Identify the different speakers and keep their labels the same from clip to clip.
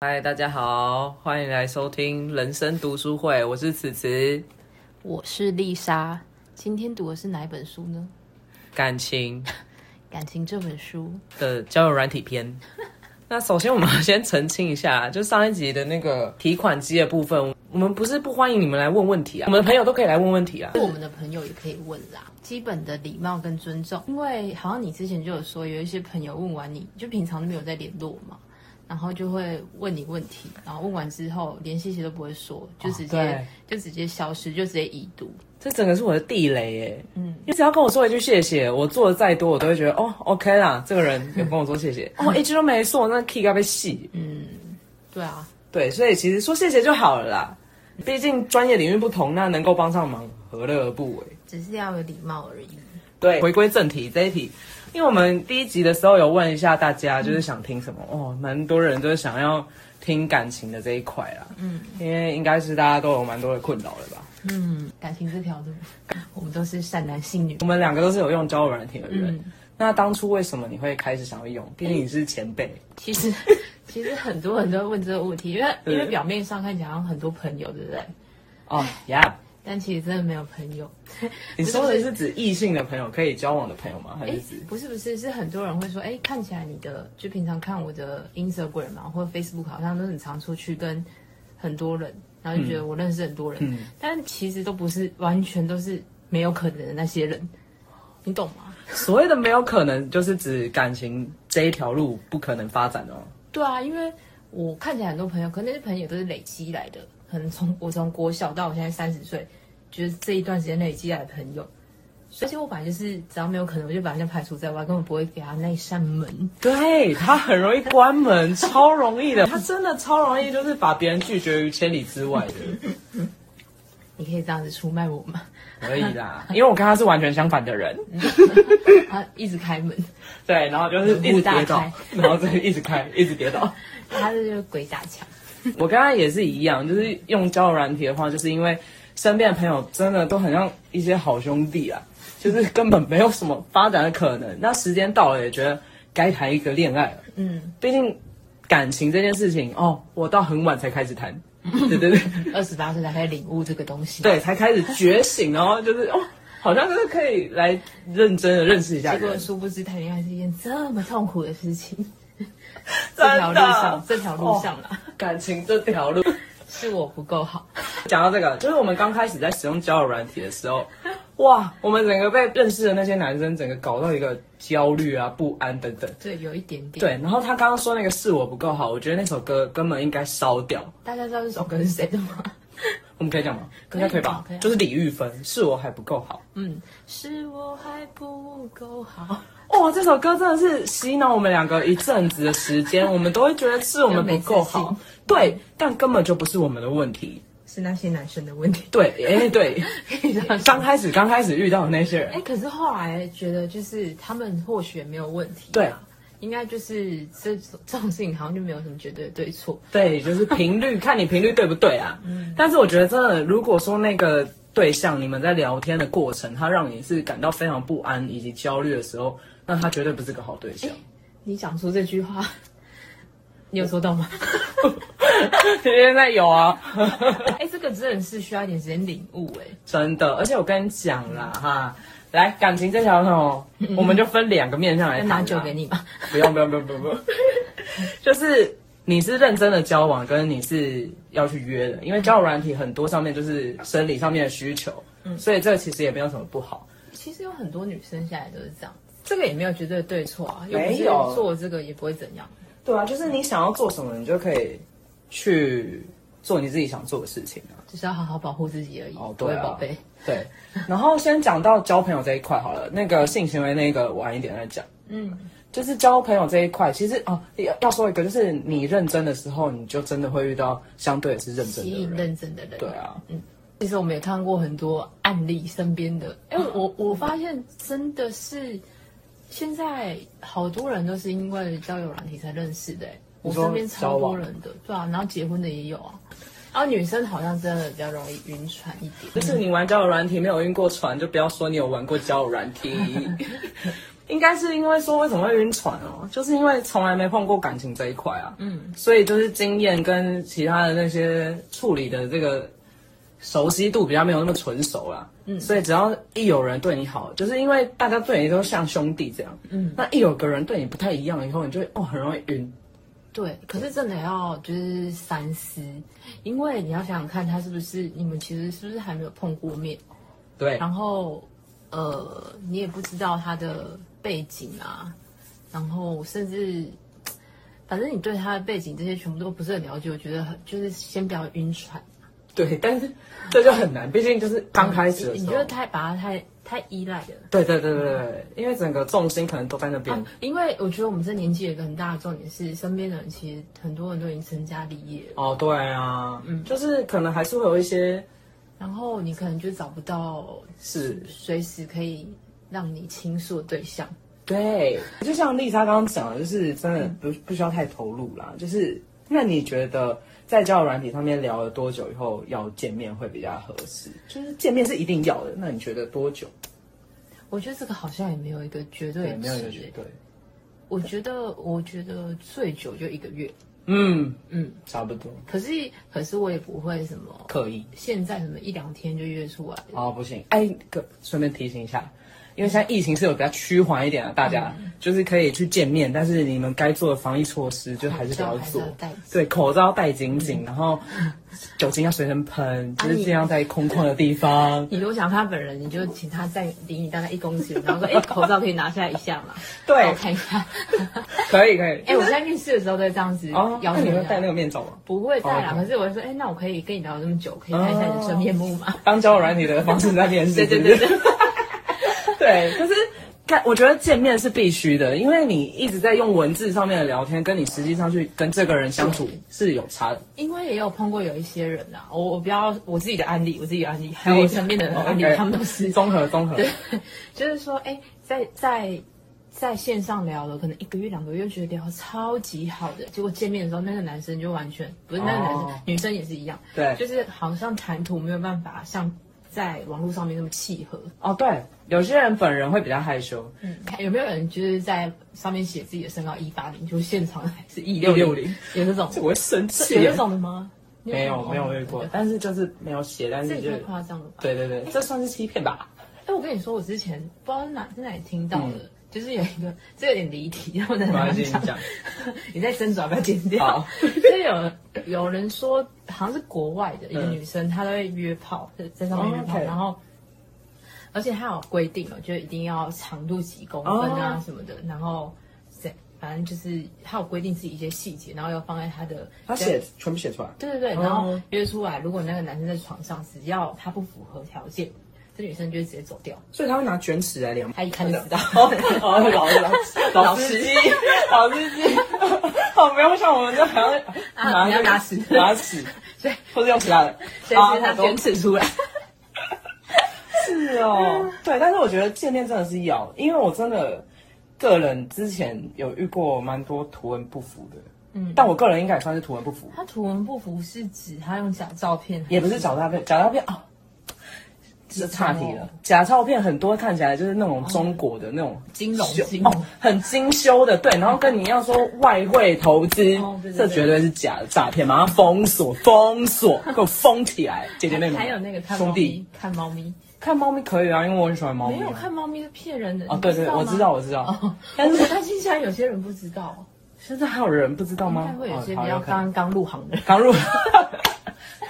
Speaker 1: 嗨，大家好，欢迎来收听人生读书会，我是此慈。
Speaker 2: 我是丽莎，今天读的是哪一本书呢？
Speaker 1: 感情
Speaker 2: 《感情》这本书，
Speaker 1: 的交友软体篇。 那首先我们要先澄清一下，就上一集的那个提款机的部分，我们不是不欢迎你们来问问题啊，我们的朋友都可以来问问题啊。
Speaker 2: 我们的朋友也可以问啦。基本的礼貌跟尊重，因为好像你之前就有说，有一些朋友问完你就平常都没有在联络嘛，然后就会问你问题，然后问完之后连谢谢都不会说，就直接、
Speaker 1: 对
Speaker 2: 就直接消失，就直接已读。
Speaker 1: 这整个是我的地雷耶。嗯
Speaker 2: 嗯，
Speaker 1: 你只要跟我说一句谢谢，我做的再多，我都会觉得哦，OK 啦，这个人有跟我说谢谢，哦，一句都没说，那 key 该被戏。
Speaker 2: 对啊，
Speaker 1: 对，所以其实说谢谢就好了啦。毕竟专业领域不同，那能够帮上忙，何乐而不为？
Speaker 2: 只是要有礼貌而已。
Speaker 1: 对，回归正题这一题，因为我们第一集的时候有问一下大家，就是想听什么、哦，蛮多人都是想要听感情的这一块啦。嗯，因为应该是大家都有蛮多的困扰了吧？
Speaker 2: 嗯，感情这条路，我们都是善男信女
Speaker 1: 我。们两个都是有用交友软体的人。
Speaker 2: 嗯
Speaker 1: 那当初为什么你会开始想要用？毕竟你是前辈，
Speaker 2: 其 实其实很多人都会问这个问题，因为因为表面上看起来好像很多朋友，对不对？
Speaker 1: 哦呀，
Speaker 2: 但其实真的没有朋友。
Speaker 1: 你说的是指异性的朋友可以交往的朋友吗？还
Speaker 2: 哎
Speaker 1: 是指，
Speaker 2: 不是不是，是很多人会说，哎，看起来你的就平常看我的 Instagram 啊，或者 Facebook，好像都很常出去跟很多人，然后就觉得我认识很多人，
Speaker 1: 嗯
Speaker 2: 但其实都不是，完全都是没有可能的那些人，你懂吗？
Speaker 1: 所谓的没有可能，就是指感情这一条路不可能发展哦。
Speaker 2: 对啊，因为我看起来很多朋友，可能那些朋友都是累积来的，可能从 我从国小到我现在三十岁，就是这一段时间累积来的朋友。所以，而且我本来就是，只要没有可能，我就把人家排除在外，根本不会给他那一扇门。
Speaker 1: 对他很容易关门，超容易的，他真的超容易，就是把别人拒绝于千里之外 的。
Speaker 2: 你可以这样子出卖我吗？
Speaker 1: 可以啦，因为我跟他是完全相反的人，
Speaker 2: 嗯他一直开门，
Speaker 1: 对，然后就是一直跌倒
Speaker 2: 大开，
Speaker 1: 然后就一直开，一直跌倒。
Speaker 2: 他这就是鬼打墙。
Speaker 1: 我跟他也是一样，就是用交友软体的话，就是因为身边的朋友真的都很像一些好兄弟啊，就是根本没有什么发展的可能。那时间到了也觉得该谈一个恋爱了，
Speaker 2: 嗯，
Speaker 1: 毕竟感情这件事情哦，我到很晚才开始 谈，对对对。
Speaker 2: 二十八岁才开始领悟这个东西。，
Speaker 1: 对，才开始觉醒，然后就是哦，好像就是可以来认真的认识一下
Speaker 2: 结果
Speaker 1: 人。
Speaker 2: 殊不知谈恋爱是一件这么痛苦的事情。这
Speaker 1: 真的哦
Speaker 2: 条路上，这条路上啦，
Speaker 1: 感情这条路，
Speaker 2: 是我不够好。
Speaker 1: 讲到这个，就是我们刚开始在使用交友软体的时候，哇，我们整个被认识的那些男生，整个搞到一个焦虑啊、不安等等。
Speaker 2: 对，有一点点。
Speaker 1: 对，然后他刚刚说那个是我不够好，我觉得那首歌根本应该烧掉。
Speaker 2: 大家知道这首歌是谁的吗？
Speaker 1: 我们可以讲吗？
Speaker 2: 可
Speaker 1: 应
Speaker 2: 以
Speaker 1: 该可以吧？
Speaker 2: 可以啊
Speaker 1: 就是李玉芬，是我还不够好。
Speaker 2: 嗯，是我还不够好。
Speaker 1: 哇，这首歌真的是洗脑我们两个一阵子的时间，我们都会觉得是我们不够
Speaker 2: 就没
Speaker 1: 好
Speaker 2: 自信，
Speaker 1: 对，但根本就不是我们的问题。
Speaker 2: 是那些男生的问题。
Speaker 1: 对，哎、对，刚开始刚开始遇到的那些
Speaker 2: 哎、
Speaker 1: 人，
Speaker 2: 可是后来觉得，就是他们或许也没有问题。
Speaker 1: 对啊
Speaker 2: 应该就是这种这种事情，好像就没有什么绝对的对错。
Speaker 1: 对，就是频率，看你频率对不对啊。但是我觉得真的，如果说那个对象你们在聊天的过程，他让你是感到非常不安以及焦虑的时候，那他绝对不是个好对 象。
Speaker 2: 你讲出这句话， 你有做到 吗？
Speaker 1: 现在有啊。
Speaker 2: 哎、这个真的是需要一点时间领悟哎、
Speaker 1: 真的，而且我跟你讲啦哈，来感情这条路，我们就分两个面向来
Speaker 2: 要
Speaker 1: 谈。
Speaker 2: 拿酒给，你吧。
Speaker 1: 不用不用不用不用， 不用就是你是认真的交往，跟你是要去约的，因为交友软体很多上面就是生理上面的需求，所以这其实也没有什么不好。
Speaker 2: 其实有很多女生现在都是这样子，这个也没有绝对的对错啊，又不
Speaker 1: 没
Speaker 2: 是
Speaker 1: 有
Speaker 2: 做这个也不会怎样。
Speaker 1: 对啊，就是你想要做什么，你就可以去做你自己想做的事情啊。
Speaker 2: 就是要好好保护自己而已。
Speaker 1: 哦
Speaker 2: 各
Speaker 1: 对
Speaker 2: 位
Speaker 1: 啊
Speaker 2: 宝贝，
Speaker 1: 对，然后先讲到交朋友这一块好了，那个性行为那个晚一点再讲。
Speaker 2: 嗯，
Speaker 1: 就是交朋友这一块，其实哦，要要说一个，就是你认真的时候，你就真的会遇到相对也是认真
Speaker 2: 吸
Speaker 1: 的
Speaker 2: 引
Speaker 1: 人。
Speaker 2: 认真的人。嗯
Speaker 1: 对啊，
Speaker 2: 其实我们也看过很多案例，身边的，哎、
Speaker 1: 嗯
Speaker 2: 我我发现真的是现在好多人都是因为交友软体才认识的、哎，
Speaker 1: 你
Speaker 2: 我
Speaker 1: 说
Speaker 2: 身边超
Speaker 1: 交往
Speaker 2: 多人的，对啊，然后结婚的也有啊，然后女生好像真的比较容易晕船一点，
Speaker 1: 就是你玩交友软体没有晕过船，就不要说你有玩过交友软体。应该是因为说为什么会晕船哦，就是因为从来没碰过感情这一块啊，
Speaker 2: 嗯，
Speaker 1: 所以就是经验跟其他的那些处理的这个熟悉度比较没有那么纯熟啦，嗯，所以只要一有人对你好，就是因为大家对你都像兄弟这样，嗯，那一有个人对你不太一样以后，你就会哦很容易晕，
Speaker 2: 对，可是真的要就是三思，因为你要想想看，他是不是你们其实是不是还没有碰过面，
Speaker 1: 对，
Speaker 2: 然后呃，你也不知道他的背景啊，然后甚至反正你对他的背景这些全部都不是很了解，我觉得很就是先不要晕船。
Speaker 1: 对，但是这就很难，毕竟就是刚开始的
Speaker 2: 你
Speaker 1: 时
Speaker 2: 你
Speaker 1: 候，
Speaker 2: 就太把他太太依赖了。
Speaker 1: 对对对对对对，因为整个重心可能都在那边，
Speaker 2: 啊，因为我觉得我们这年纪有一个很大的重点是，身边的人其实很多人都已经成家立业了，
Speaker 1: 哦，对啊，嗯，就是可能还是会有一些
Speaker 2: 然后你可能就找不到
Speaker 1: 是，
Speaker 2: 随时可以让你倾诉的对象。
Speaker 1: 对，就像丽莎刚刚讲的，就是真的不不需要太投入啦。就是那你觉得在交友软体上面聊了多久以后要见面会比较合适？就是见面是一定要的，那你觉得多久？
Speaker 2: 我觉得这个好像也没有一个绝
Speaker 1: 对，
Speaker 2: 对值。欸
Speaker 1: 没有一个绝对，
Speaker 2: 我觉得，我觉得最久就一个月。
Speaker 1: 嗯
Speaker 2: 嗯，
Speaker 1: 差不多，
Speaker 2: 可是，可是我也不会什么，
Speaker 1: 可以。
Speaker 2: 现在什么一两天就约啊出来。
Speaker 1: 哦，不行，哎，个顺便提醒一下，因为现在疫情是有比较趋缓一点的，大家、就是可以去见面，但是你们该做的防疫措施就还是不要嗯做
Speaker 2: 口罩还是要戴紧。
Speaker 1: 对，口罩戴紧紧，然 后酒精要随身喷，就是
Speaker 2: 你
Speaker 1: 尽量在空旷的地 方。
Speaker 2: 你如果想看他本人，你就请他在离你大概一公尺，然后 说：“哎、口罩可以拿下来一下嘛？”
Speaker 1: 对
Speaker 2: 让我看一下。
Speaker 1: 可以可以。
Speaker 2: 哎、我在面试的时候都会这样子
Speaker 1: 哦，
Speaker 2: 摇
Speaker 1: 那
Speaker 2: 头
Speaker 1: 你会
Speaker 2: 一下
Speaker 1: 戴那个面罩吗？
Speaker 2: 不会戴啦，
Speaker 1: 哦
Speaker 2: 可是我会说，哎、那我可以跟你聊这么久，可以看一下你的真面 目吗？
Speaker 1: 当交友软体的方式在面试，
Speaker 2: 对对
Speaker 1: 是不是
Speaker 2: 对对，
Speaker 1: 对，可是看，我觉得见面是必须的，因为你一直在用文字上面的聊天，跟你实际上去跟这个人相处是有差的。
Speaker 2: 因为也有碰过有一些人啊，我我不要我自己的案例，我自己的案例，还有我身边的人的 案例，
Speaker 1: 哦 OK
Speaker 2: 他们都是，
Speaker 1: 综合综合，
Speaker 2: 就是说，哎、在在在线上聊了，可能一个月两个月，觉得聊超级好的，结果见面的时候，那个男生就完全不是那个男生，
Speaker 1: 哦
Speaker 2: 女生也是一样，
Speaker 1: 对
Speaker 2: 就是好像谈吐没有办法像在网络上面那么契合。
Speaker 1: 哦，对，有些人本人会比较害羞，
Speaker 2: 看有没有人就是在上面写自己的身高一八零，就现场还是一
Speaker 1: 160
Speaker 2: 零，有这种
Speaker 1: 这我会生气
Speaker 2: 有
Speaker 1: 耶。
Speaker 2: 这种的吗？你
Speaker 1: 没有
Speaker 2: 看
Speaker 1: 没有遇过，但是就是没有写，但
Speaker 2: 这
Speaker 1: 是就
Speaker 2: 也太夸张了吧？
Speaker 1: 对对对，这算是欺骗吧？
Speaker 2: 哎，我跟你说，我之前不知道是哪在哪里听到的，就是有一个，这有点离题，我在
Speaker 1: 嗯没
Speaker 2: 哪
Speaker 1: 关系，
Speaker 2: 里
Speaker 1: 你讲。
Speaker 2: 你在斟酌要不要剪掉
Speaker 1: 好？
Speaker 2: 就是有有人说，好像是国外的一个女生，她都会约炮，在在上
Speaker 1: 嗯
Speaker 2: 面约
Speaker 1: 哦
Speaker 2: 炮，
Speaker 1: ，OK
Speaker 2: 然后。而且它有规定哦，就是一定要长度几公分啊
Speaker 1: 哦
Speaker 2: 什么的，然后怎反正就是它有规定自己一些细节，然后要放在它的
Speaker 1: 他写全部写出来，
Speaker 2: 对对对，然后
Speaker 1: 哦
Speaker 2: 约出来，如果那个男生在床上，只要他不符合条件，这女生就会直接走掉，
Speaker 1: 所以他会拿卷尺来量。
Speaker 2: 他一看就知道。
Speaker 1: 哦 哦，老老老司 机，老司机， 哦，不用像我们这好像
Speaker 2: 啊你要拿尺
Speaker 1: 拿 尺，
Speaker 2: 所以
Speaker 1: 或者用其他的，
Speaker 2: 所以
Speaker 1: 啊
Speaker 2: 是他
Speaker 1: 太多
Speaker 2: 坚持出来。
Speaker 1: 是哦，对，但是我觉得见面真的是要，因为我真的个人之前有遇过蛮多图文不符的，嗯，但我个人应该也算是图文不符，
Speaker 2: 他图文不符是指他用假照片，
Speaker 1: 也不是假照片，假照片啊，这岔题了。假照片很多看起来就是那种中国的那种
Speaker 2: 金融
Speaker 1: 修
Speaker 2: 金融
Speaker 1: 哦，很精修的，对，然后跟你要说外汇投资
Speaker 2: 哦对对，对
Speaker 1: 这绝对是假的诈骗，马上封锁封锁，给我封起来，姐姐妹妹，
Speaker 2: 还有那个看猫
Speaker 1: 兄弟
Speaker 2: 咪，看猫咪
Speaker 1: 看猫咪可以啊，因为我很喜欢猫
Speaker 2: 没
Speaker 1: 咪
Speaker 2: 有
Speaker 1: 啊。
Speaker 2: 看猫咪是骗人的
Speaker 1: 哦，对对，我知道，我知道，但
Speaker 2: 但是
Speaker 1: 是
Speaker 2: 但现在有些人不知道，
Speaker 1: 现在还有人不知道
Speaker 2: 应
Speaker 1: 吗
Speaker 2: 该？会有
Speaker 1: 哦
Speaker 2: 些比
Speaker 1: 好
Speaker 2: 较
Speaker 1: 有可能
Speaker 2: 刚刚入行 的人。
Speaker 1: 刚入，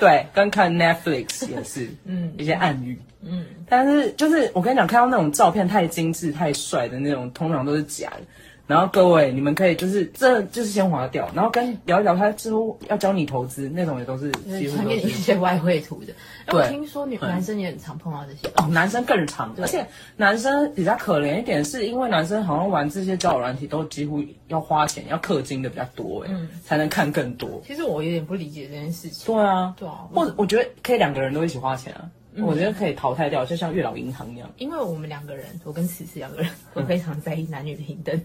Speaker 1: 对，跟看 Netflix 也是，
Speaker 2: 嗯
Speaker 1: 嗯，一些暗语，
Speaker 2: 嗯
Speaker 1: 嗯，但是就是我跟你讲，看到那种照片太精致、太帅的那种，通常都是假的。然后各位，你们可以就是这就是先划掉，然后跟聊一聊他之后要教你投资那种也都是
Speaker 2: 就
Speaker 1: 几
Speaker 2: 是
Speaker 1: 乎
Speaker 2: 传
Speaker 1: 都
Speaker 2: 给你一
Speaker 1: 是
Speaker 2: 些外汇图的，哎我
Speaker 1: 对
Speaker 2: 听说女
Speaker 1: 嗯
Speaker 2: 男生也很常碰到这些，
Speaker 1: 哦，男生更长，而且男生比较可怜一点，是因为男生好像玩这些交友软体都几乎要花钱、要氪金的比较多，哎、才能看更多。
Speaker 2: 其实我有点不理解这件事情。
Speaker 1: 对啊，
Speaker 2: 嗯对啊嗯
Speaker 1: 或者我觉得可以两个人都一起花钱啊，我觉得可以淘汰掉，就像月老银行一样。
Speaker 2: 因为我们两个人，我跟此次两个人都非常在意男女平 等，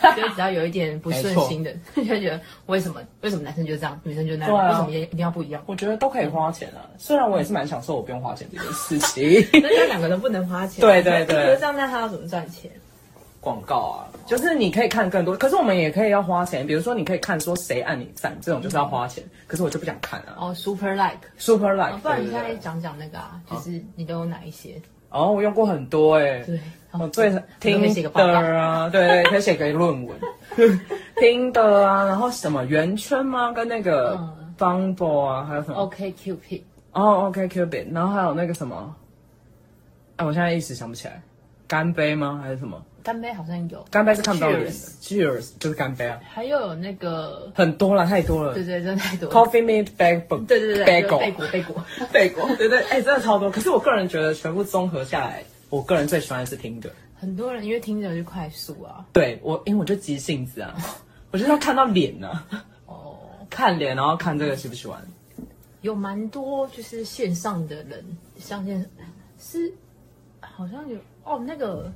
Speaker 2: 所以只要有一点不顺心的，就会觉得为什么为什么男生就这样，女生就那样，
Speaker 1: 对啊
Speaker 2: 为什么也一定要不一样？
Speaker 1: 我觉得都可以花钱
Speaker 2: 嗯
Speaker 1: 啊，虽然我也是蛮享受我不用花钱这件事情。
Speaker 2: 那就两个人不能花钱，
Speaker 1: 对对对
Speaker 2: 可是这样那他要怎么赚钱？
Speaker 3: 广告啊，
Speaker 1: 就是你可以看更多，可是我们也可以要花钱。比如说，你可以看说谁按你赞，这种就是要花钱。可是我就不想看啊。
Speaker 2: 哦，Super Like，
Speaker 1: Super
Speaker 2: 哦
Speaker 1: like，
Speaker 2: 不然你
Speaker 1: 对
Speaker 2: 现在讲讲那个啊，就是你都有哪一些？
Speaker 1: 哦，我用过很多哎、欸。
Speaker 2: 对，哦
Speaker 1: 我最
Speaker 2: 听
Speaker 1: 听
Speaker 2: 写个报告，
Speaker 1: 的啊，对对，可以写个论文，听的啊，然后什么圆圈吗？跟那个
Speaker 2: 嗯
Speaker 1: Bumble 啊，还有什么？
Speaker 2: OK Cupid，
Speaker 1: 哦，OK Cupid，然后还有那个什么，哎，我现在一时想不起来，干杯吗？还是什么？
Speaker 2: 干杯好像有，
Speaker 1: 干杯是看不到脸的，Cheers 就是干杯啊，
Speaker 2: 还有有那个，
Speaker 1: 很多了，太多了
Speaker 2: 对对，真的太多了。
Speaker 1: ，Coffee Meet Bagel，
Speaker 2: 对对对对，就是呃贝
Speaker 1: Bagel
Speaker 2: 果贝果，
Speaker 1: 贝果，对对，哎，真的超多。可是我个人觉得全部综合下来，我个人最喜欢的是听的。
Speaker 2: 很多人因为听着就快速啊，
Speaker 1: 对我，因为我就急性子啊， 我就是要看到脸呢、啊，
Speaker 2: 哦，
Speaker 1: 看脸，然后看这个喜不喜欢。
Speaker 2: 有蛮多就是线上的人相见是好像有哦，那个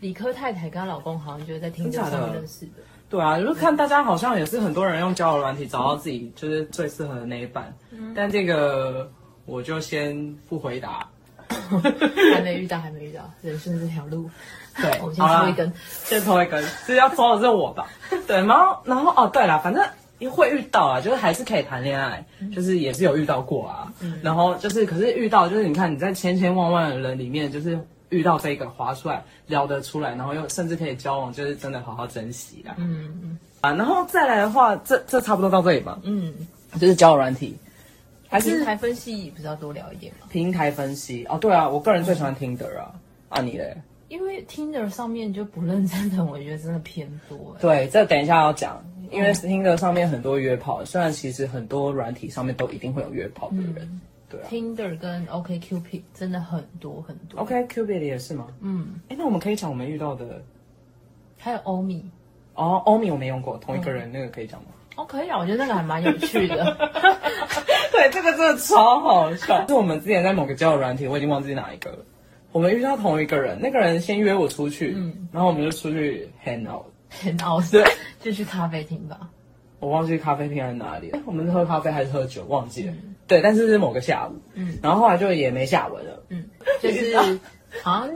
Speaker 2: 理科太太跟她老公好像就是在听着
Speaker 1: 真假的
Speaker 2: 上面认识的，
Speaker 1: 对啊，就是看大家好像也是很多人用交友软体找到自己就是最适合的那一半，但这个我就先不回答。
Speaker 2: 还没遇到，还没遇到，人生这条路，
Speaker 1: 对，
Speaker 2: 我们先
Speaker 1: 好啦
Speaker 2: 抽一根，
Speaker 1: 先抽一根，是要抽的是我 吧？对，然后然后哦，对啦，反正会遇到啊，就是还是可以谈恋爱，
Speaker 2: 嗯
Speaker 1: 就是也是有遇到过啊。然后就是，可是遇到就是你看你在千千万万的人里面，就是遇到这个划出来聊得出来，然后又甚至可以交往，就是真的好好珍惜啦。
Speaker 2: 嗯嗯
Speaker 1: 啊，然后再来的话，这这差不多到这里吧，
Speaker 2: 嗯，
Speaker 1: 就是交友软体。还
Speaker 2: 平
Speaker 1: 是
Speaker 2: 台分析不是要多聊一点吗？
Speaker 1: 平台分析哦，对啊，我个人最喜欢听的啊，啊你嘞？
Speaker 2: 因为 Tinder 上面就不认真的，我觉得真的偏多、欸。
Speaker 1: 对，这等一下要讲，因为听的上面很多约炮，虽然其实很多软体上面都一定会有约炮的人。对啊
Speaker 2: Tinder 跟 OK Cupid 真的很多很多。
Speaker 1: ，OK Cupid 也是吗？
Speaker 2: 嗯，
Speaker 1: 哎，那我们可以讲我们遇到的
Speaker 2: 还有欧米，
Speaker 1: 哦，欧米我没用过，同一个人、那个可以讲吗？
Speaker 2: 哦，可以啊，我觉得那个还蛮有趣的。
Speaker 1: 对，这个真的超好笑。是我们之前在某个交友软体，我已经忘记哪一个了。我们遇到同一个人，那个人先约我出去，然后我们就出去 hang out。
Speaker 2: 很傲
Speaker 1: 对，
Speaker 2: 就去咖啡厅吧。
Speaker 1: 我忘记咖啡厅还是哪里了。我们是喝咖啡还是喝酒？忘记了。对，但是是某个下午。
Speaker 2: 嗯
Speaker 1: 然后后来就也没下文了。
Speaker 2: 嗯，就是好像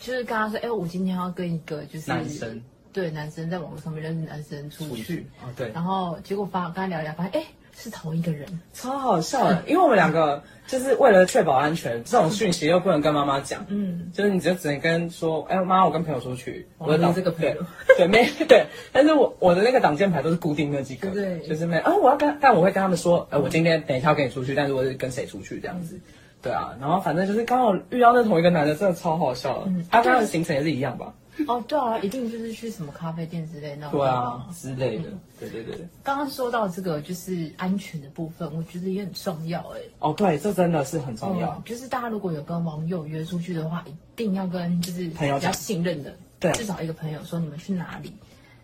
Speaker 2: 就是跟他说，哎、我今天要跟一个就是
Speaker 1: 男生，
Speaker 2: 对男生在网络上面认识男生出去，
Speaker 1: 啊，对，
Speaker 2: 然后结果发跟他聊一聊，发现哎、是同一个人，
Speaker 1: 超好笑的，因为我们两个就是为了确保安全，这种讯息又不能跟妈妈讲，
Speaker 2: 嗯，
Speaker 1: 就是你就只能跟说，哎、妈，我跟朋友出去，
Speaker 2: 哇
Speaker 1: 我的
Speaker 2: 你
Speaker 1: 挡
Speaker 2: 这个朋友
Speaker 1: 对对没 对，但是我我的那个挡箭牌都是固定那几个，
Speaker 2: 对嗯
Speaker 1: 就是没啊，我要跟，但我会跟他们说，哎、我今天等一下要跟你出去，但是我是跟谁出去这样子。对啊，然后反正就是刚好遇到那同一个男的，真的超好笑的。
Speaker 2: 嗯
Speaker 1: 他刚刚的行程也是一样吧？
Speaker 2: 哦，对啊，一定就是去什么咖啡店之类那种。
Speaker 1: 对啊，，之类
Speaker 2: 嗯
Speaker 1: 的。对对对对。
Speaker 2: 刚刚说到这个就是安全的部分，我觉得也很重要哎、
Speaker 1: 哦，对，这真的是很重要。
Speaker 2: 嗯，就是大家如果有跟网友约出去的话，一定要跟就是
Speaker 1: 朋友
Speaker 2: 比较
Speaker 1: 讲
Speaker 2: 信任的，
Speaker 1: 对
Speaker 2: 至少一个朋友说你们去哪里，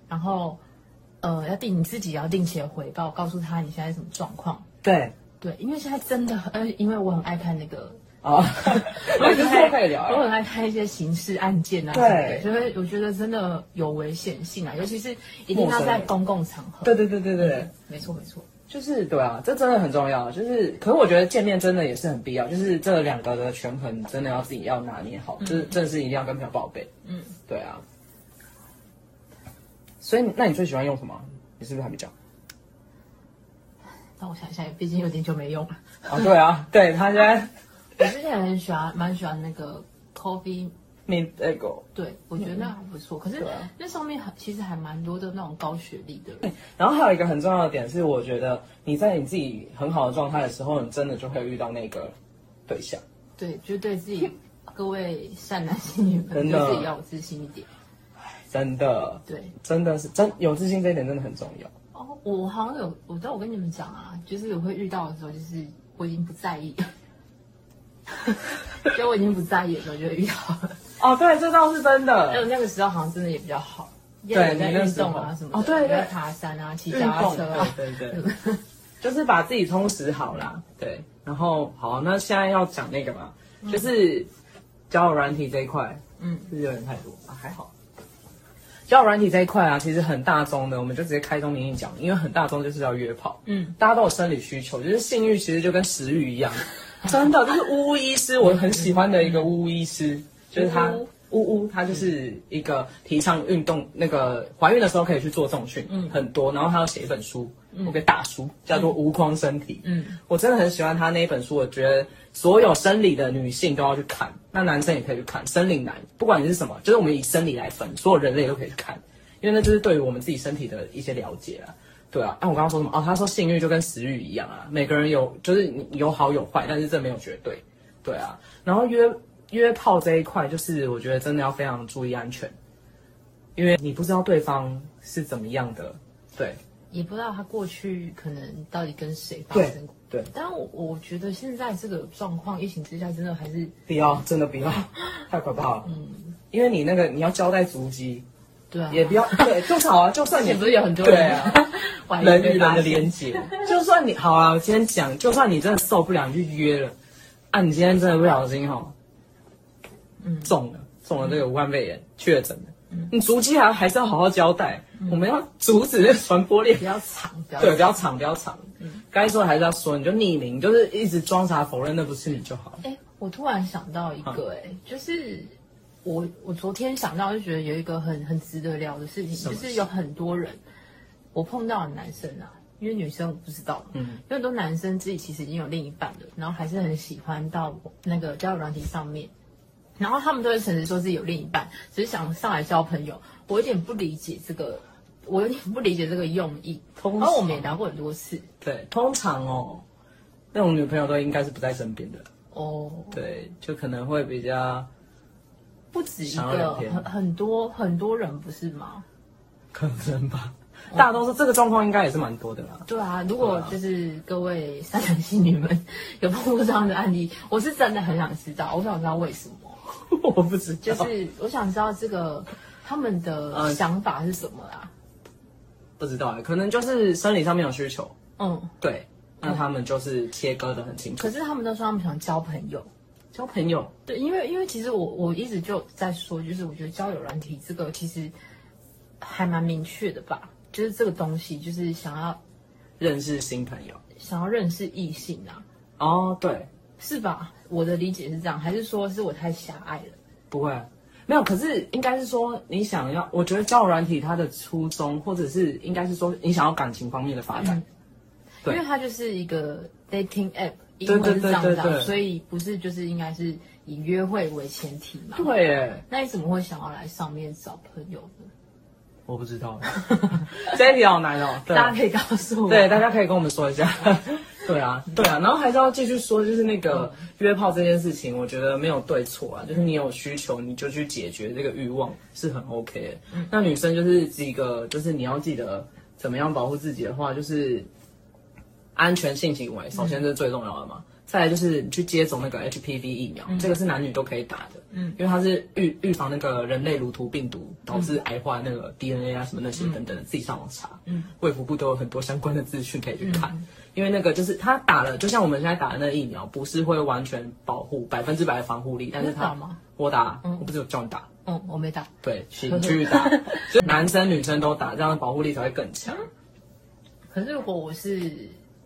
Speaker 2: 然后呃要定你自己也要定期的回报，告诉他你现在什么状况。
Speaker 1: 对，
Speaker 2: 对，因为现在真的很，呃，因为我很爱看 那个，
Speaker 1: 哦，
Speaker 2: 我
Speaker 1: 我
Speaker 2: 很
Speaker 1: 就
Speaker 2: 爱
Speaker 1: 是可以聊
Speaker 2: 我
Speaker 1: 啊。
Speaker 2: 很爱看一些刑事案件啊，
Speaker 1: 对
Speaker 2: 什么的，所以我觉得真的有危险性啊，尤其是一定
Speaker 1: 陌
Speaker 2: 要
Speaker 1: 生人
Speaker 2: 在公共场合。
Speaker 1: 对对对对对，
Speaker 2: 没错没错，
Speaker 1: 就是对啊，这真的很重要。就是，可是我觉得见面真的也是很必要，就是这两个的权衡真的要自己要拿捏好，就是真的是一定要跟朋友报备。
Speaker 2: 嗯，
Speaker 1: 对啊。所以你，那你最喜欢用什么？你是不是还没讲？
Speaker 2: 让我想一下，毕竟有点久没用了。
Speaker 1: 啊，对啊， 对他现在
Speaker 2: 我之前很喜欢，蛮喜欢那个 Coffee
Speaker 1: 你哎那个，
Speaker 2: 对，我觉得那还不错。可是
Speaker 1: 对啊
Speaker 2: 那上面很其实还蛮多的那种高学历的人，
Speaker 1: 然后还有一个很重要的点是，我觉得你在你自己很好的状态的时候，你真的就会遇到那个对象。
Speaker 2: 对，就对自己各位善男信女们，
Speaker 1: 真
Speaker 2: 对
Speaker 1: 的
Speaker 2: 自己要有自信一点。
Speaker 1: 真的，
Speaker 2: 对，
Speaker 1: 真的是真有自信这一点真的很重要。
Speaker 2: 哦，我好像有，我知道我跟你们讲啊，就是我会遇到的时候，就是我已经不在 意，就我已经不在意的时候就会遇到。
Speaker 1: 哦，对，这倒是真
Speaker 2: 还有
Speaker 1: 的。
Speaker 2: 那个时候好像真的也比较好。
Speaker 1: 对
Speaker 2: 也有在
Speaker 1: 你那
Speaker 2: 运
Speaker 1: 时候
Speaker 2: 动啊什么的，
Speaker 1: 哦对对
Speaker 2: 在爬山啊，骑脚踏车啊，
Speaker 1: 对对对，就是把自己充实好啦。对，然后好，那现在要讲那个嘛，就是交友软体这一块，
Speaker 2: 嗯，
Speaker 1: 是不是有点太多啊，还好。交友软体这一块啊，其实很大宗的，我们就直接开宗明义讲，因为很大宗就是要约炮，
Speaker 2: 嗯，
Speaker 1: 大家都有生理需求，就是性欲其实就跟食欲一样，真的，就是巫医师，我很喜欢的一个巫医师，就是他
Speaker 2: 巫，
Speaker 1: 呜呜，她就是一个提倡运动，那个怀孕的时候可以去做重训，嗯，很多。然后她要写一本书，我给大书，叫做《无框身体》，嗯，我真的很喜欢她那一本书，我觉得所有生理的女性都要去看，那男生也可以去看，生理男，不管你是什么，就是我们以生理来分，所有人类都可以去看，因为那就是对于我们自己身体的一些了解啊。对啊，哎、我刚刚说什么？哦，他说性欲就跟食欲一样啊，每个人有就是你有好有坏，但是这没有绝对。对啊，然后约约炮这一块，就是我觉得真的要非常注意安全，因为你不知道对方是怎么样的。对
Speaker 2: 也不知道他过去可能到底跟谁发
Speaker 1: 对
Speaker 2: 生过。
Speaker 1: 对，
Speaker 2: 但我我觉得现在这个状况，疫情之下真的还是
Speaker 1: 不要真的不 要，太可怕了。嗯，因为你那个你要交代足迹，
Speaker 2: 对啊，
Speaker 1: 也不要对， 就是好啊，就算你
Speaker 2: 也不是有很多
Speaker 1: 对
Speaker 2: 人
Speaker 1: 啊，
Speaker 2: 我还以为
Speaker 1: 人与人
Speaker 2: 发
Speaker 1: 的
Speaker 2: 现
Speaker 1: 连接。 就算你好啊，我今天讲，就算你真的受不了，你去约了，啊，你今天真的不小心哈，嗯，中了，中了这个武汉肺炎，确诊了，你足迹还还是要好好交代，我们要阻止这个传播链
Speaker 2: 比，较长，比较
Speaker 1: 对，不要藏，不要藏，该说的还是要说，你就匿名，就是一直装傻否认那不是你就好了。
Speaker 2: 哎、我突然想到一个、
Speaker 1: 啊
Speaker 2: 哎、就是我我昨天想到，就觉得有一个很很值得聊的事情，
Speaker 1: 么
Speaker 2: 就
Speaker 1: 事
Speaker 2: 是有很多人我碰到的男生啊，因为女生我不知道，
Speaker 1: 嗯，
Speaker 2: 有很多男生自己其实已经有另一半了，然后还是很喜欢到那个交友软体上面。然后他们都会诚实说自己有另一半，只是想上来交朋友。我有点不理解这个，我有点不理解这个用意。
Speaker 1: 通
Speaker 2: 然后我
Speaker 1: 常
Speaker 2: 们也聊过很多次
Speaker 1: 对，通常哦，那种女朋友都应该是不在身边的，
Speaker 2: 哦，
Speaker 1: 对，就可能会比较。
Speaker 2: 不止一
Speaker 1: 想要
Speaker 2: 个，
Speaker 1: 聊天
Speaker 2: 很很多很多人不是吗？
Speaker 1: 可能吧，大多数这个状况应该也是蛮多的啦。
Speaker 2: 对啊，如果就是各位三男性女们有碰过这样的案例， 我是真的很想知道，我想知道为什么，
Speaker 1: 我不知道，
Speaker 2: 就是我想知道这个他们的
Speaker 1: 嗯
Speaker 2: 想法是什么啊啦。
Speaker 1: 不知道欸，可能就是生理上面有需求，
Speaker 2: 嗯，
Speaker 1: 对，那他们就是切割的很清楚
Speaker 2: 可。是他们都说他们想交朋友，
Speaker 1: 交朋友，
Speaker 2: 对，因为因为其实我我一直就在说，就是我觉得交友软体这个其实还蛮明确的吧，就是这个东西就是想要
Speaker 1: 认识新朋友，
Speaker 2: 想要认识异性啊，
Speaker 1: 哦，对，
Speaker 2: 是吧？我的理解是这样，还是说是我太狭隘了？
Speaker 1: 不会，没有。可是应该是说，你想要，我觉得交友软体它的初衷，或者是应该是说，你想要感情方面的发展，
Speaker 2: 嗯因
Speaker 1: 对
Speaker 2: 为它就是一个 dating app，英
Speaker 1: 对
Speaker 2: 文是这样
Speaker 1: 对对
Speaker 2: 子啊，
Speaker 1: 对
Speaker 2: 所以不是就是应该是以约会为前提嘛？
Speaker 1: 对耶，
Speaker 2: 那你怎么会想要来上面找朋友呢？
Speaker 1: 我不知道， 这一题好难哦，对
Speaker 2: 大家可以告诉我。
Speaker 1: 对，大家可以跟我们说一下。对啊，对啊，然后还是要继续说，就是那个约炮这件事情，我觉得没有对错啊，就是你有需求你就去解决这个欲望是很 OK 的。那女生就是几个，就是你要记得怎么样保护自己的话，就是安全性行为，首先这是最重要的嘛。再来就是你去接种那个 HPV 疫苗，这个是男女都可以打的，嗯，因为它是预预防那个人类乳头病毒导致癌化那个 DNA 啊什么那些等等的，自己上网查，嗯，卫福部都有很多相关的资讯可以去看，因为那个就是它打了，就像我们现在打的那个疫苗，不是会完全保护百分之百的防护力，但是
Speaker 2: 你有打
Speaker 1: 它
Speaker 2: 吗
Speaker 1: 我打，我不是有叫你 打，
Speaker 2: 嗯，我没打。
Speaker 1: 对，请去 打，就男生女生都打，这样保护力才会更强，
Speaker 2: 可是如果我是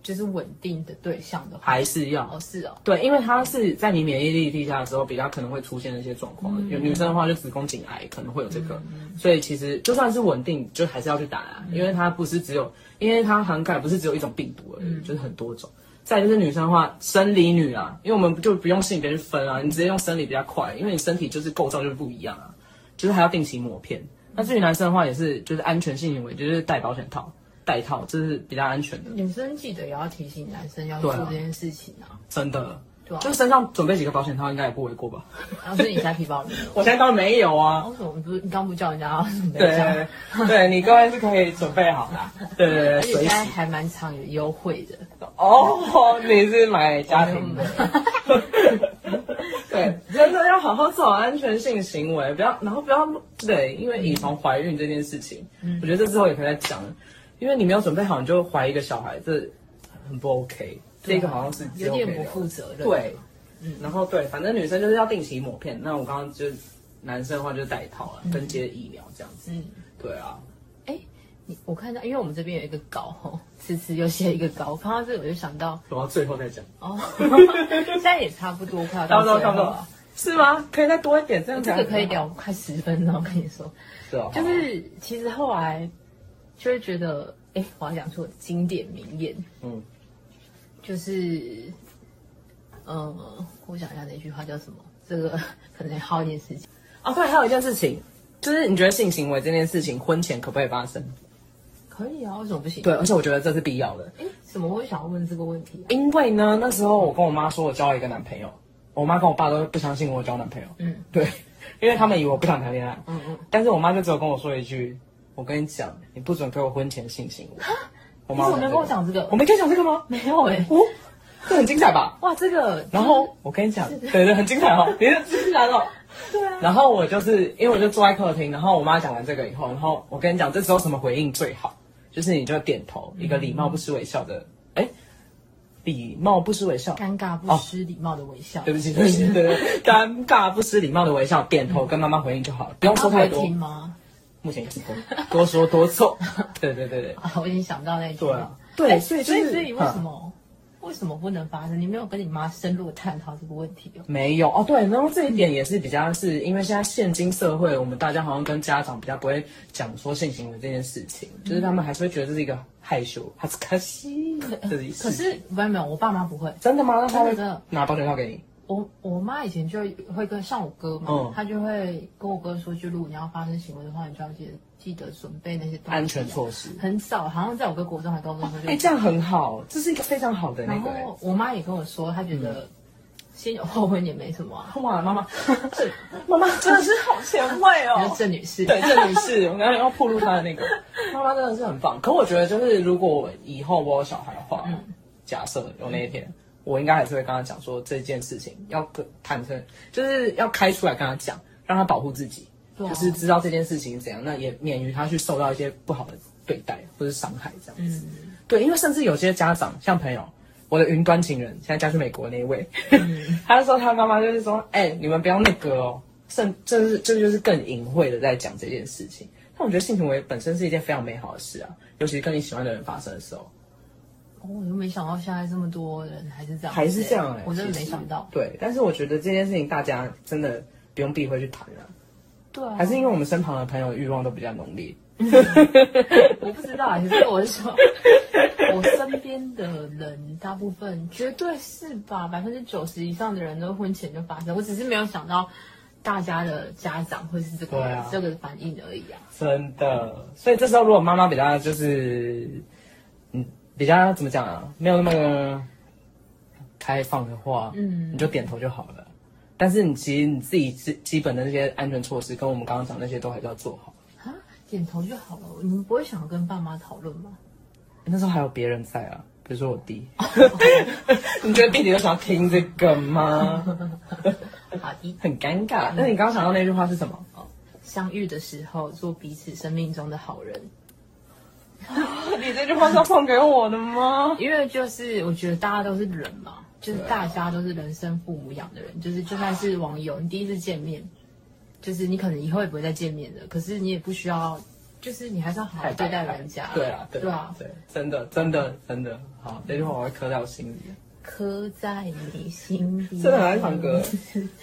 Speaker 2: 就是稳定的对象的话，
Speaker 1: 还是要
Speaker 2: 哦是哦，
Speaker 1: 对，因为它是在你免疫力低下的时候，比较可能会出现的一些状况。
Speaker 2: 嗯
Speaker 1: 有女生的话，就子宫颈癌可能会有这个，所以其实就算是稳定，就还是要去打啊，
Speaker 2: 嗯
Speaker 1: 因为它不是只有，因为它涵盖不是只有一种病毒而已，
Speaker 2: 嗯
Speaker 1: 就是很多种。再来就是女生的话，生理女啊，因为我们就不用性别去分啊，你直接用生理比较快，因为你身体就是构造就是不一样啊，就是还要定期抹片。那至于男生的话，也是就是安全性行为，就是戴保险套、戴套，这是比较安全的，
Speaker 2: 女生记得也要提醒男生要做
Speaker 1: 对啊
Speaker 2: 这件事情啊，
Speaker 1: 真的。
Speaker 2: 对啊
Speaker 1: 就身上准备几个保险套，应该也不为过吧？
Speaker 2: 然后所以你在皮包里 面有。
Speaker 1: 我现在当然没有啊。
Speaker 2: 为什么不是你刚不叫人家要准备一下
Speaker 1: 对，对你各位是可以准备好的。对对对，
Speaker 2: 而且现
Speaker 1: 随
Speaker 2: 在
Speaker 1: 时。
Speaker 2: 还蛮常有优惠的，
Speaker 1: 哦，你是买家庭 的。对，真的要好好做好安全性行为，不要，然后不要对，因为以防怀孕这件事情，我觉得这之后也可以再讲，因为你没有准备好，你就怀一个小孩，这很不 OK。这个好像是
Speaker 2: 啊有
Speaker 1: 啊只有
Speaker 2: 点
Speaker 1: 可以
Speaker 2: 不
Speaker 1: 聊
Speaker 2: 负责任。
Speaker 1: 对，嗯然后对，反正女生就是要定期抹片。那我刚刚就男生的话就是戴套了，啊跟接疫苗这样子。
Speaker 2: 嗯
Speaker 1: 对啊，
Speaker 2: 哎你我看到，因为我们这边有一个稿吼， 迟迟又写一个稿，我看到这个我就想到
Speaker 1: 然后最后再讲。
Speaker 2: 哦，现在也差不多快要
Speaker 1: 差
Speaker 2: 到
Speaker 1: 不多
Speaker 2: 最
Speaker 1: 差
Speaker 2: 后
Speaker 1: 不多
Speaker 2: 了。
Speaker 1: 是吗？可以再多一点，这样
Speaker 2: 这
Speaker 1: 讲
Speaker 2: 个可以聊快十分钟，我跟你说，
Speaker 1: 是哦，
Speaker 2: 就是其实后来就会觉得，哎、我要讲出我的经典名言，
Speaker 1: 嗯，
Speaker 2: 就是，嗯，我想一下那句话叫什么？这个 可能耗一点时间。
Speaker 1: 哦，对，还有一件事情，就是你觉得性行为这件事情，婚前可不可以发生？
Speaker 2: 可以啊，为什么不行？
Speaker 1: 对，，而且我觉得这是必要的，
Speaker 2: 哎，怎么会想要问这个问题、啊？
Speaker 1: 因为呢，那时候我跟我妈说我交了一个男朋友，我妈跟我爸都不相信我交男朋友，
Speaker 2: 嗯，
Speaker 1: 对， 因为他们以为我不想谈恋爱，
Speaker 2: 嗯嗯，
Speaker 1: 但是我妈就只有跟我说一句：“我跟你讲，你不准给我婚前性行为。”我
Speaker 2: 你
Speaker 1: 妈
Speaker 2: 怎
Speaker 1: 有
Speaker 2: 么没
Speaker 1: 这个
Speaker 2: 有跟我讲这个？
Speaker 1: 我没跟你讲这个吗？
Speaker 2: 没有哎、
Speaker 1: 哦，这很精彩吧？
Speaker 2: 哇，这个，
Speaker 1: 然后我跟你讲，对对，很精彩 哦，你是精彩哦。
Speaker 2: 对啊，
Speaker 1: 然后我就是因为我就坐在客厅，然后我妈讲完这个以后，然后我跟你讲，这时候什么回应最好？就是你就点头，
Speaker 2: 嗯
Speaker 1: 一个礼貌不失微笑的，哎，礼貌不失微笑，
Speaker 2: 尴尬不失礼貌的微笑，
Speaker 1: 对不起，对不起，对对，对尴尬不失礼貌的微笑，点头跟妈妈回应就好了，不用
Speaker 2: 他
Speaker 1: 说
Speaker 2: 会
Speaker 1: 太多。
Speaker 2: 听吗？
Speaker 1: 目前也是多多说多 错，对对对对，
Speaker 2: 啊，我已经想到那句
Speaker 1: 对
Speaker 2: 话。哎
Speaker 1: 啊对，所以
Speaker 2: 所
Speaker 1: 就
Speaker 2: 以
Speaker 1: 是嗯
Speaker 2: 所以为什么、为什么不能发生？你没有跟你妈深入探讨这个问题哦。
Speaker 1: 没有哦？对，然后这一点也是比较是因为现在现今社会，我们大家好像跟家长比较不会讲说性行为这件事情，就是他们还是会觉得这是一个害羞、哈斯卡西的意思。
Speaker 2: 可是没有没有，我爸妈不会。
Speaker 1: 真的吗？那他会
Speaker 2: 真的
Speaker 1: 拿保险套给你？
Speaker 2: 我我妈以前就会跟像我哥嘛，
Speaker 1: 嗯
Speaker 2: 他就会跟我哥说，就如果你要发生行为的话，你就要记得记得准备那些东西啊
Speaker 1: 安全措施
Speaker 2: 很早，好像在我哥国中还高中的时候就。
Speaker 1: 哎，这样很好，这是一个非常好的那
Speaker 2: 然
Speaker 1: 个。哎
Speaker 2: 后我妈也跟我说，她觉
Speaker 1: 嗯
Speaker 2: 得先有后婚也没什么、啊。
Speaker 1: 哇，妈妈，这妈妈真的是好前卫
Speaker 2: 然后郑女士，
Speaker 1: 对，这女士，我刚刚要暴露她的那个 妈妈真的是很棒。可我觉得，就是如果以后我有小孩的话，假设有那一天，我应该还是会跟他讲说这件事情要跟坦诚，就是要开出来跟他讲，让他保护自己，
Speaker 2: 对啊
Speaker 1: 就是知道这件事情怎样，那也免于他去受到一些不好的对待或是伤害这样子。
Speaker 2: 嗯
Speaker 1: 对，因为甚至有些家长像朋友。我的云端情人现在嫁去美国那一位，
Speaker 2: 嗯
Speaker 1: 他说他妈妈就是说，哎、你们不要那个哦，甚这是这就是更隐晦的在讲这件事情。但我觉得性行为本身是一件非常美好的事啊，尤其是跟你喜欢的人发生的时候，
Speaker 2: 哦我又没想到现在这么多人还是这样，
Speaker 1: 还是这样哎、
Speaker 2: 我真的
Speaker 1: 其
Speaker 2: 没
Speaker 1: 实
Speaker 2: 想到。。
Speaker 1: 对，但是我觉得这件事情大家真的不用避讳去谈啊，
Speaker 2: 对啊，
Speaker 1: 还是因为我们身旁的朋友欲望都比较浓烈。
Speaker 2: 我不知道啊，可是我是说，我身边的人大部分绝对是吧，百分之九十以上的人都婚前就发生，我只是没有想到大家的家长会是这个、
Speaker 1: 对啊
Speaker 2: 这个反应而已啊。
Speaker 1: 真的。所以这时候如果妈妈比较就是，嗯，比较怎么讲啊，没有那么开放的话，
Speaker 2: 嗯
Speaker 1: 你就点头就好了。但是你其实你自己基基本的那些安全措施，跟我们刚刚讲那些都还是要做好。
Speaker 2: 啊，点头就好了。你们不会想要跟爸妈讨论 吗？
Speaker 1: 那时候还有别人在啊，比如说我 弟。你觉得弟弟都想要听这个吗？
Speaker 2: 好的，
Speaker 1: 很尴尬。那你刚刚想到那句话是什么？
Speaker 2: 相遇的时候做彼此生命中的好人，
Speaker 1: 你这句话是要送给我的吗？
Speaker 2: 因为就是我觉得大家都是人嘛，就是大家都是人生父母养的人，就是就算是网友，你第一次见面，就是你可能以后也不会再见面了，可是你也不需要，就是你还是要好好对待人家。
Speaker 1: 对啊，对
Speaker 2: 对啊，
Speaker 1: 对，真的，真的，真的，好，这句话我会刻在我心里。
Speaker 2: 刻在你心底。
Speaker 1: 真的很爱唱 歌。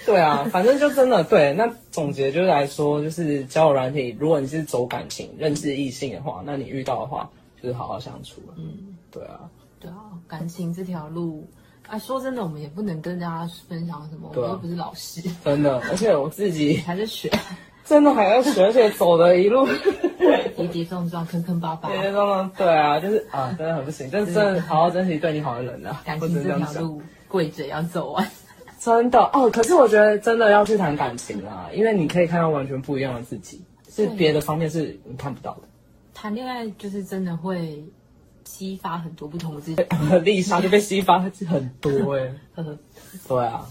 Speaker 1: 对啊，反正就真的对。那总结就是来说，就是交友软体，如果你是走感情、认识异性的话，那你遇到的话就是好好相处了。嗯，对啊，
Speaker 2: 对啊，感情这条路。啊，说真的，我们也不能跟大家分享什么，我
Speaker 1: 对
Speaker 2: 们
Speaker 1: 啊
Speaker 2: 又不是老师，
Speaker 1: 真的，而且我自己
Speaker 2: 还在学，
Speaker 1: 真的还要学，而且走的一路。
Speaker 2: 跌跌撞撞，坑坑巴巴。
Speaker 1: 对对对啊，就是啊，真的很不行，就是真的好好珍惜对你好的人啊，
Speaker 2: 感
Speaker 1: 我
Speaker 2: 情
Speaker 1: 只能这样
Speaker 2: 这条
Speaker 1: 想。
Speaker 2: 路跪着要走完。
Speaker 1: 真的哦，可是我觉得真的要去谈感情啊，因为你可以看到完全不一样的自己，是别的方面是你看不到的。
Speaker 2: 谈恋爱就是真的会激发很多不同的自己。
Speaker 1: 丽莎就被激发很多哎、
Speaker 2: 呵呵，
Speaker 1: 对啊，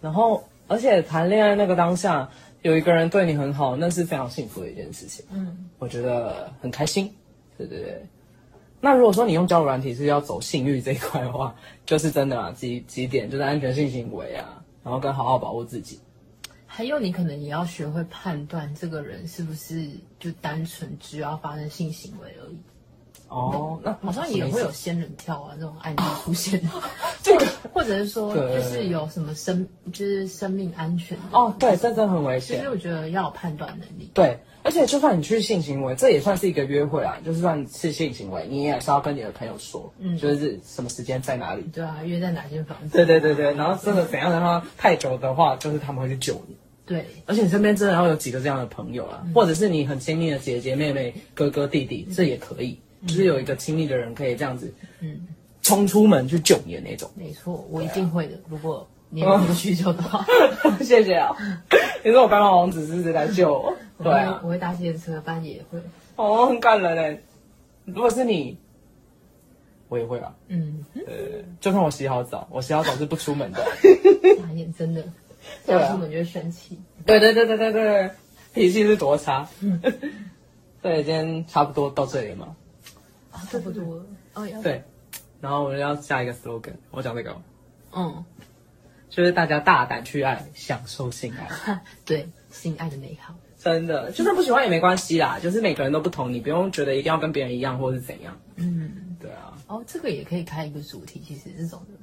Speaker 1: 然后而且谈恋爱那个当下，有一个人对你很好，那是非常幸福的一件事情。
Speaker 2: 嗯，
Speaker 1: 我觉得很开心。对对对。那如果说你用交友软体是要走性欲这一块的话，就是真的啊，几几点就是安全性行为啊，然后跟好好保护自己。
Speaker 2: 还有你可能也要学会判断这个人是不是就单纯只要发生性行为而已。
Speaker 1: 哦，那
Speaker 2: 好像也会有仙人跳啊这种案例出现，
Speaker 1: 这个
Speaker 2: 或者是说
Speaker 1: 对
Speaker 2: 就是有什么生就是生命安全的
Speaker 1: 哦，对，这真的很危
Speaker 2: 其
Speaker 1: 险
Speaker 2: 实。我觉得要有判断能力。
Speaker 1: 对，而且就算你去性行为，这也算是一个约会啊，就是算是性行为，你也是要跟你的朋友说，嗯，就是什么时间在哪里。
Speaker 2: 对啊，约在哪间房子？
Speaker 1: 对对对对，然后真的怎样的话，太久的话，就是他们会去救你。
Speaker 2: 对，
Speaker 1: 而且你身边真的要有几个这样的朋友
Speaker 2: 嗯
Speaker 1: 啊，或者是你很亲密的姐姐、妹妹、哥哥、弟弟，这也可以，
Speaker 2: 嗯
Speaker 1: 就是有一个亲密的人可以这样子，嗯，冲出门去救你的那种。
Speaker 2: 没错，我
Speaker 1: 啊
Speaker 2: 一定会的。如果你有这个需求的话，
Speaker 1: 谢谢啊，你说我白马王子是不是来救我？对啊
Speaker 2: 我，会搭计程车，班也会。
Speaker 1: 哦，很感人嘞。如果是你，我也会啊。
Speaker 2: 嗯，
Speaker 1: 呃，就算我洗好澡，我洗好澡是不出门的。
Speaker 2: 傻眼，真的，
Speaker 1: 对啊
Speaker 2: 要出门就会生气。
Speaker 1: 对对对对对对，脾气是多差。对，今天差不多到这里了嘛。
Speaker 2: 啊，差不多了。哦，要
Speaker 1: 对，然后我们要下一个 slogan，我讲这个哦，
Speaker 2: 嗯，
Speaker 1: 就是大家大胆去爱，享受性爱。
Speaker 2: 哈对，性爱的美好。
Speaker 1: 真的，就算不喜欢也没关系啦，就是每个人都不同，你不用觉得一定要跟别人一样或是怎样。嗯，对啊，
Speaker 2: 哦，这个也可以开一个主题，其实这种的，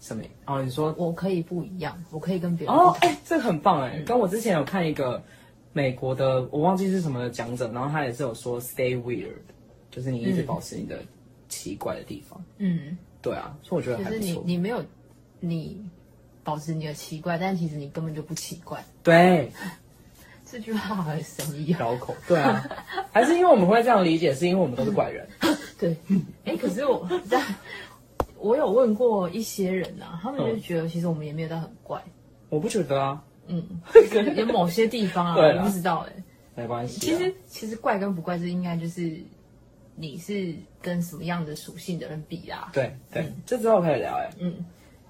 Speaker 1: 什么？哦，你说
Speaker 2: 我可以不一样，我可以跟别人不
Speaker 1: 哦，
Speaker 2: 同
Speaker 1: 哎、这个很棒哎、跟我之前有看一个美国的，我忘记是什么讲者，然后他也是有说 stay weird，就是你一直保持你的奇怪的地方。
Speaker 2: 嗯，
Speaker 1: 对啊，所以我觉得
Speaker 2: 就
Speaker 1: 还
Speaker 2: 是
Speaker 1: 不
Speaker 2: 你
Speaker 1: 错。
Speaker 2: 你没有你保持你的奇怪，但其实你根本就不奇怪。
Speaker 1: 对，
Speaker 2: 这句话好神一样。
Speaker 1: 绕口。对啊，还是因为我们会这样理解，是因为我们都是怪 人。
Speaker 2: 对，哎、可是我 在，我有问过一些人啊，他们就觉得其实我们也没有到很怪，
Speaker 1: 我不觉得啊，
Speaker 2: 嗯， 有某些地方 啊，
Speaker 1: 对啦
Speaker 2: 我不知道哎、
Speaker 1: 没关系、啊
Speaker 2: 其实其实怪跟不怪，这应该就是你是跟什么样的属性的人比啊啦。
Speaker 1: 对对，这之后可以聊哎、
Speaker 2: 嗯，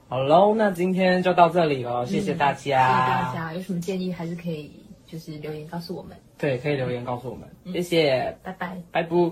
Speaker 1: 好喽，那今天就到这里喽，谢谢大家。谢谢
Speaker 2: 所以嗯大。家有什么建议还是可以就是留言告诉我们，嗯
Speaker 1: 对，可以留言告诉我们，谢谢，
Speaker 2: 拜拜。
Speaker 1: 拜拜。